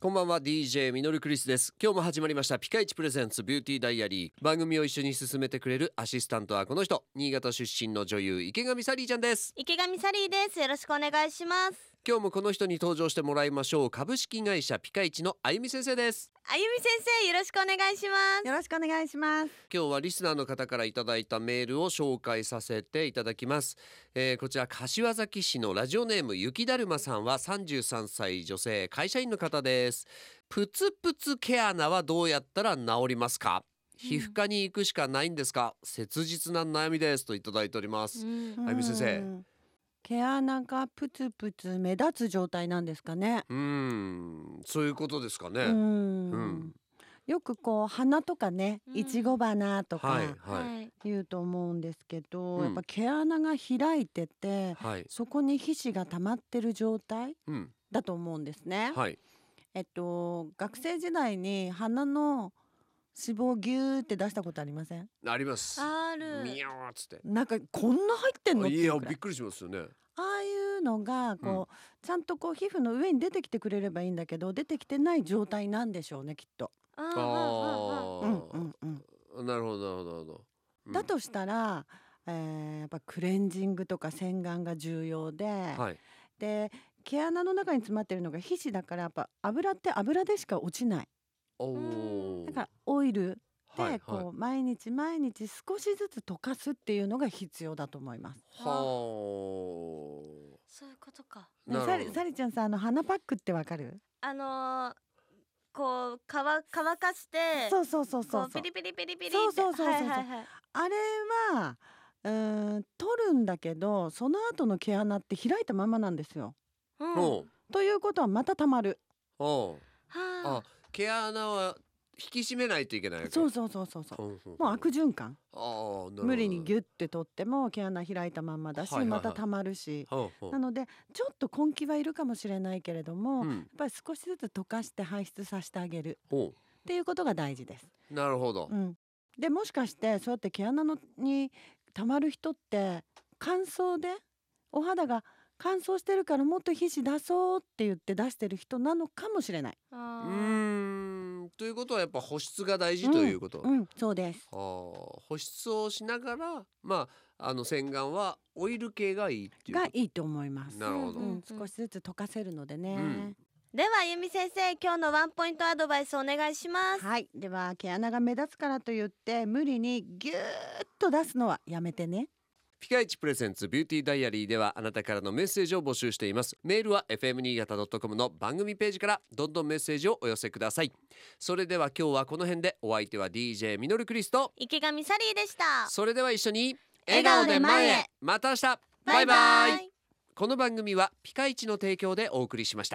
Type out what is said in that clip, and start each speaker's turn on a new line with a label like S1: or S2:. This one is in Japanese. S1: こんばんは DJ みのるクリスです今日も始まりましたピカイチプレゼンツビューティーダイアリー番組を一緒に進めてくれるアシスタントはこの人新潟出身の女優池上サリーちゃんです
S2: 池上サリーですよろしくお願いします
S1: 今日もこの人に登場してもらいましょう株式会社ピカイチのあゆみ先生です
S2: あゆみ先生よろしくお願いします
S3: よろしくお願いします
S1: 今日はリスナーの方からいただいたメールを紹介させていただきます、えーこちら柏崎市のラジオネーム雪だるまさんは33歳女性会社員の方ですプツプツ毛穴はどうやったら治りますか皮膚科に行くしかないんですか切実な悩みですといただいております、
S2: うん
S1: あゆみ先生
S3: うん毛穴がプツプツ目立つ状態なんですかね。
S1: うーんそういうことですかね、
S3: うん
S1: うん
S3: よくこう鼻とかね
S2: うん
S3: いちご花とか
S1: はいは
S2: はい
S3: 言うと思うんですけど、
S1: うん
S3: やっぱ毛穴が開いてて
S1: いはい
S3: そこに皮脂が溜まってる状態
S1: うん
S3: だと思うんですね。
S1: はい
S3: えっと学生時代に鼻の脂肪ギューって出したことありません
S1: あります
S2: あ
S1: み
S2: る
S1: よーっつって
S3: なんかこんな入ってんの
S1: あ
S3: って
S1: いうや
S3: くら
S1: びっくりしますよね
S3: ああいうのがこう、ちゃんとこう皮膚の上に出てきてくれればいいんだけど出てきてない状態なんでしょうねきっと。
S2: あ
S1: あ
S2: ー
S3: うんうんうん
S1: ーなるほどなるほどなるほどうん
S3: だとしたら、えーやっぱクレンジングとか洗顔が重要で、
S1: はい
S3: で毛穴の中に詰まってるのが皮脂だからやっぱ油って油でしか落ちない
S1: お
S2: う
S1: お
S3: だからオイル
S1: は
S3: で
S1: い
S3: こう、
S1: はい
S3: 毎日毎日少しずつ溶かすっていうのが必要だと思います。
S1: は
S2: そういうことか
S1: あな
S3: ねさ
S1: る
S3: り
S1: ほど
S3: さりちゃんさあの鼻パックってわかる
S2: あのー、こう乾乾かして
S3: そううそうそうそう
S2: こうピ
S3: そう
S2: リピリピリピリって
S3: そうそうそうそう
S2: はいはいはい
S3: あれはうーん取るんだけどその後の毛穴って開いたままなんですよ。
S2: うん
S1: おう
S3: ということはまたたまる。
S1: おう
S2: はあ
S1: あ毛穴は引き締めないといけないわけ
S3: そうそうそうそうそう。
S1: うんうんん
S3: もう悪循環
S1: あーなるほど
S3: 無理にギュッて取っても毛穴開いたまんまだし
S1: はいはいは
S3: ま
S1: い
S3: たたまるし
S1: ほうほう
S3: なのでちょっと根気はいるかもしれないけれども、やっ
S1: うん
S3: ぱり少しずつ溶かして排出させてあげる
S1: ほ
S3: っていうことが大事です。
S1: うなるほど
S3: うん、でもしかしてそうやって毛穴のにたまる人って乾燥でお肌が乾燥してるからもっと皮脂出そうって言って出してる人なのかもしれない。
S1: う
S2: あ
S1: ー
S2: ー
S1: んということはやっぱ保湿が大事ということ
S3: うん、そうです。
S1: あー保湿をしながらまああの洗顔はオイル系がいいっていう
S3: が
S1: こ
S3: いいと思います
S1: と。なるほ
S3: う
S1: ど、
S2: うん
S3: ん、少しずつ溶かせるのでね。
S1: うん
S2: ではあゆみ先生今日のワンポイントアドバイスお願いします
S3: はい、では毛穴が目立つからと言って無理にギューッと出すのはやめてね。
S1: ピカイチプレゼンツビューティーダイアリーではあなたからのメッセージを募集していますメールは fm 新潟 .com の番組ページからどんどんメッセージをお寄せくださいそれでは今日はこの辺でお相手は DJ ミノルクリスト
S2: 池上サリーでした
S1: それでは一緒に
S2: 笑顔で前へ
S1: また明日バイバイこの番組はピカイチの提供でお送りしました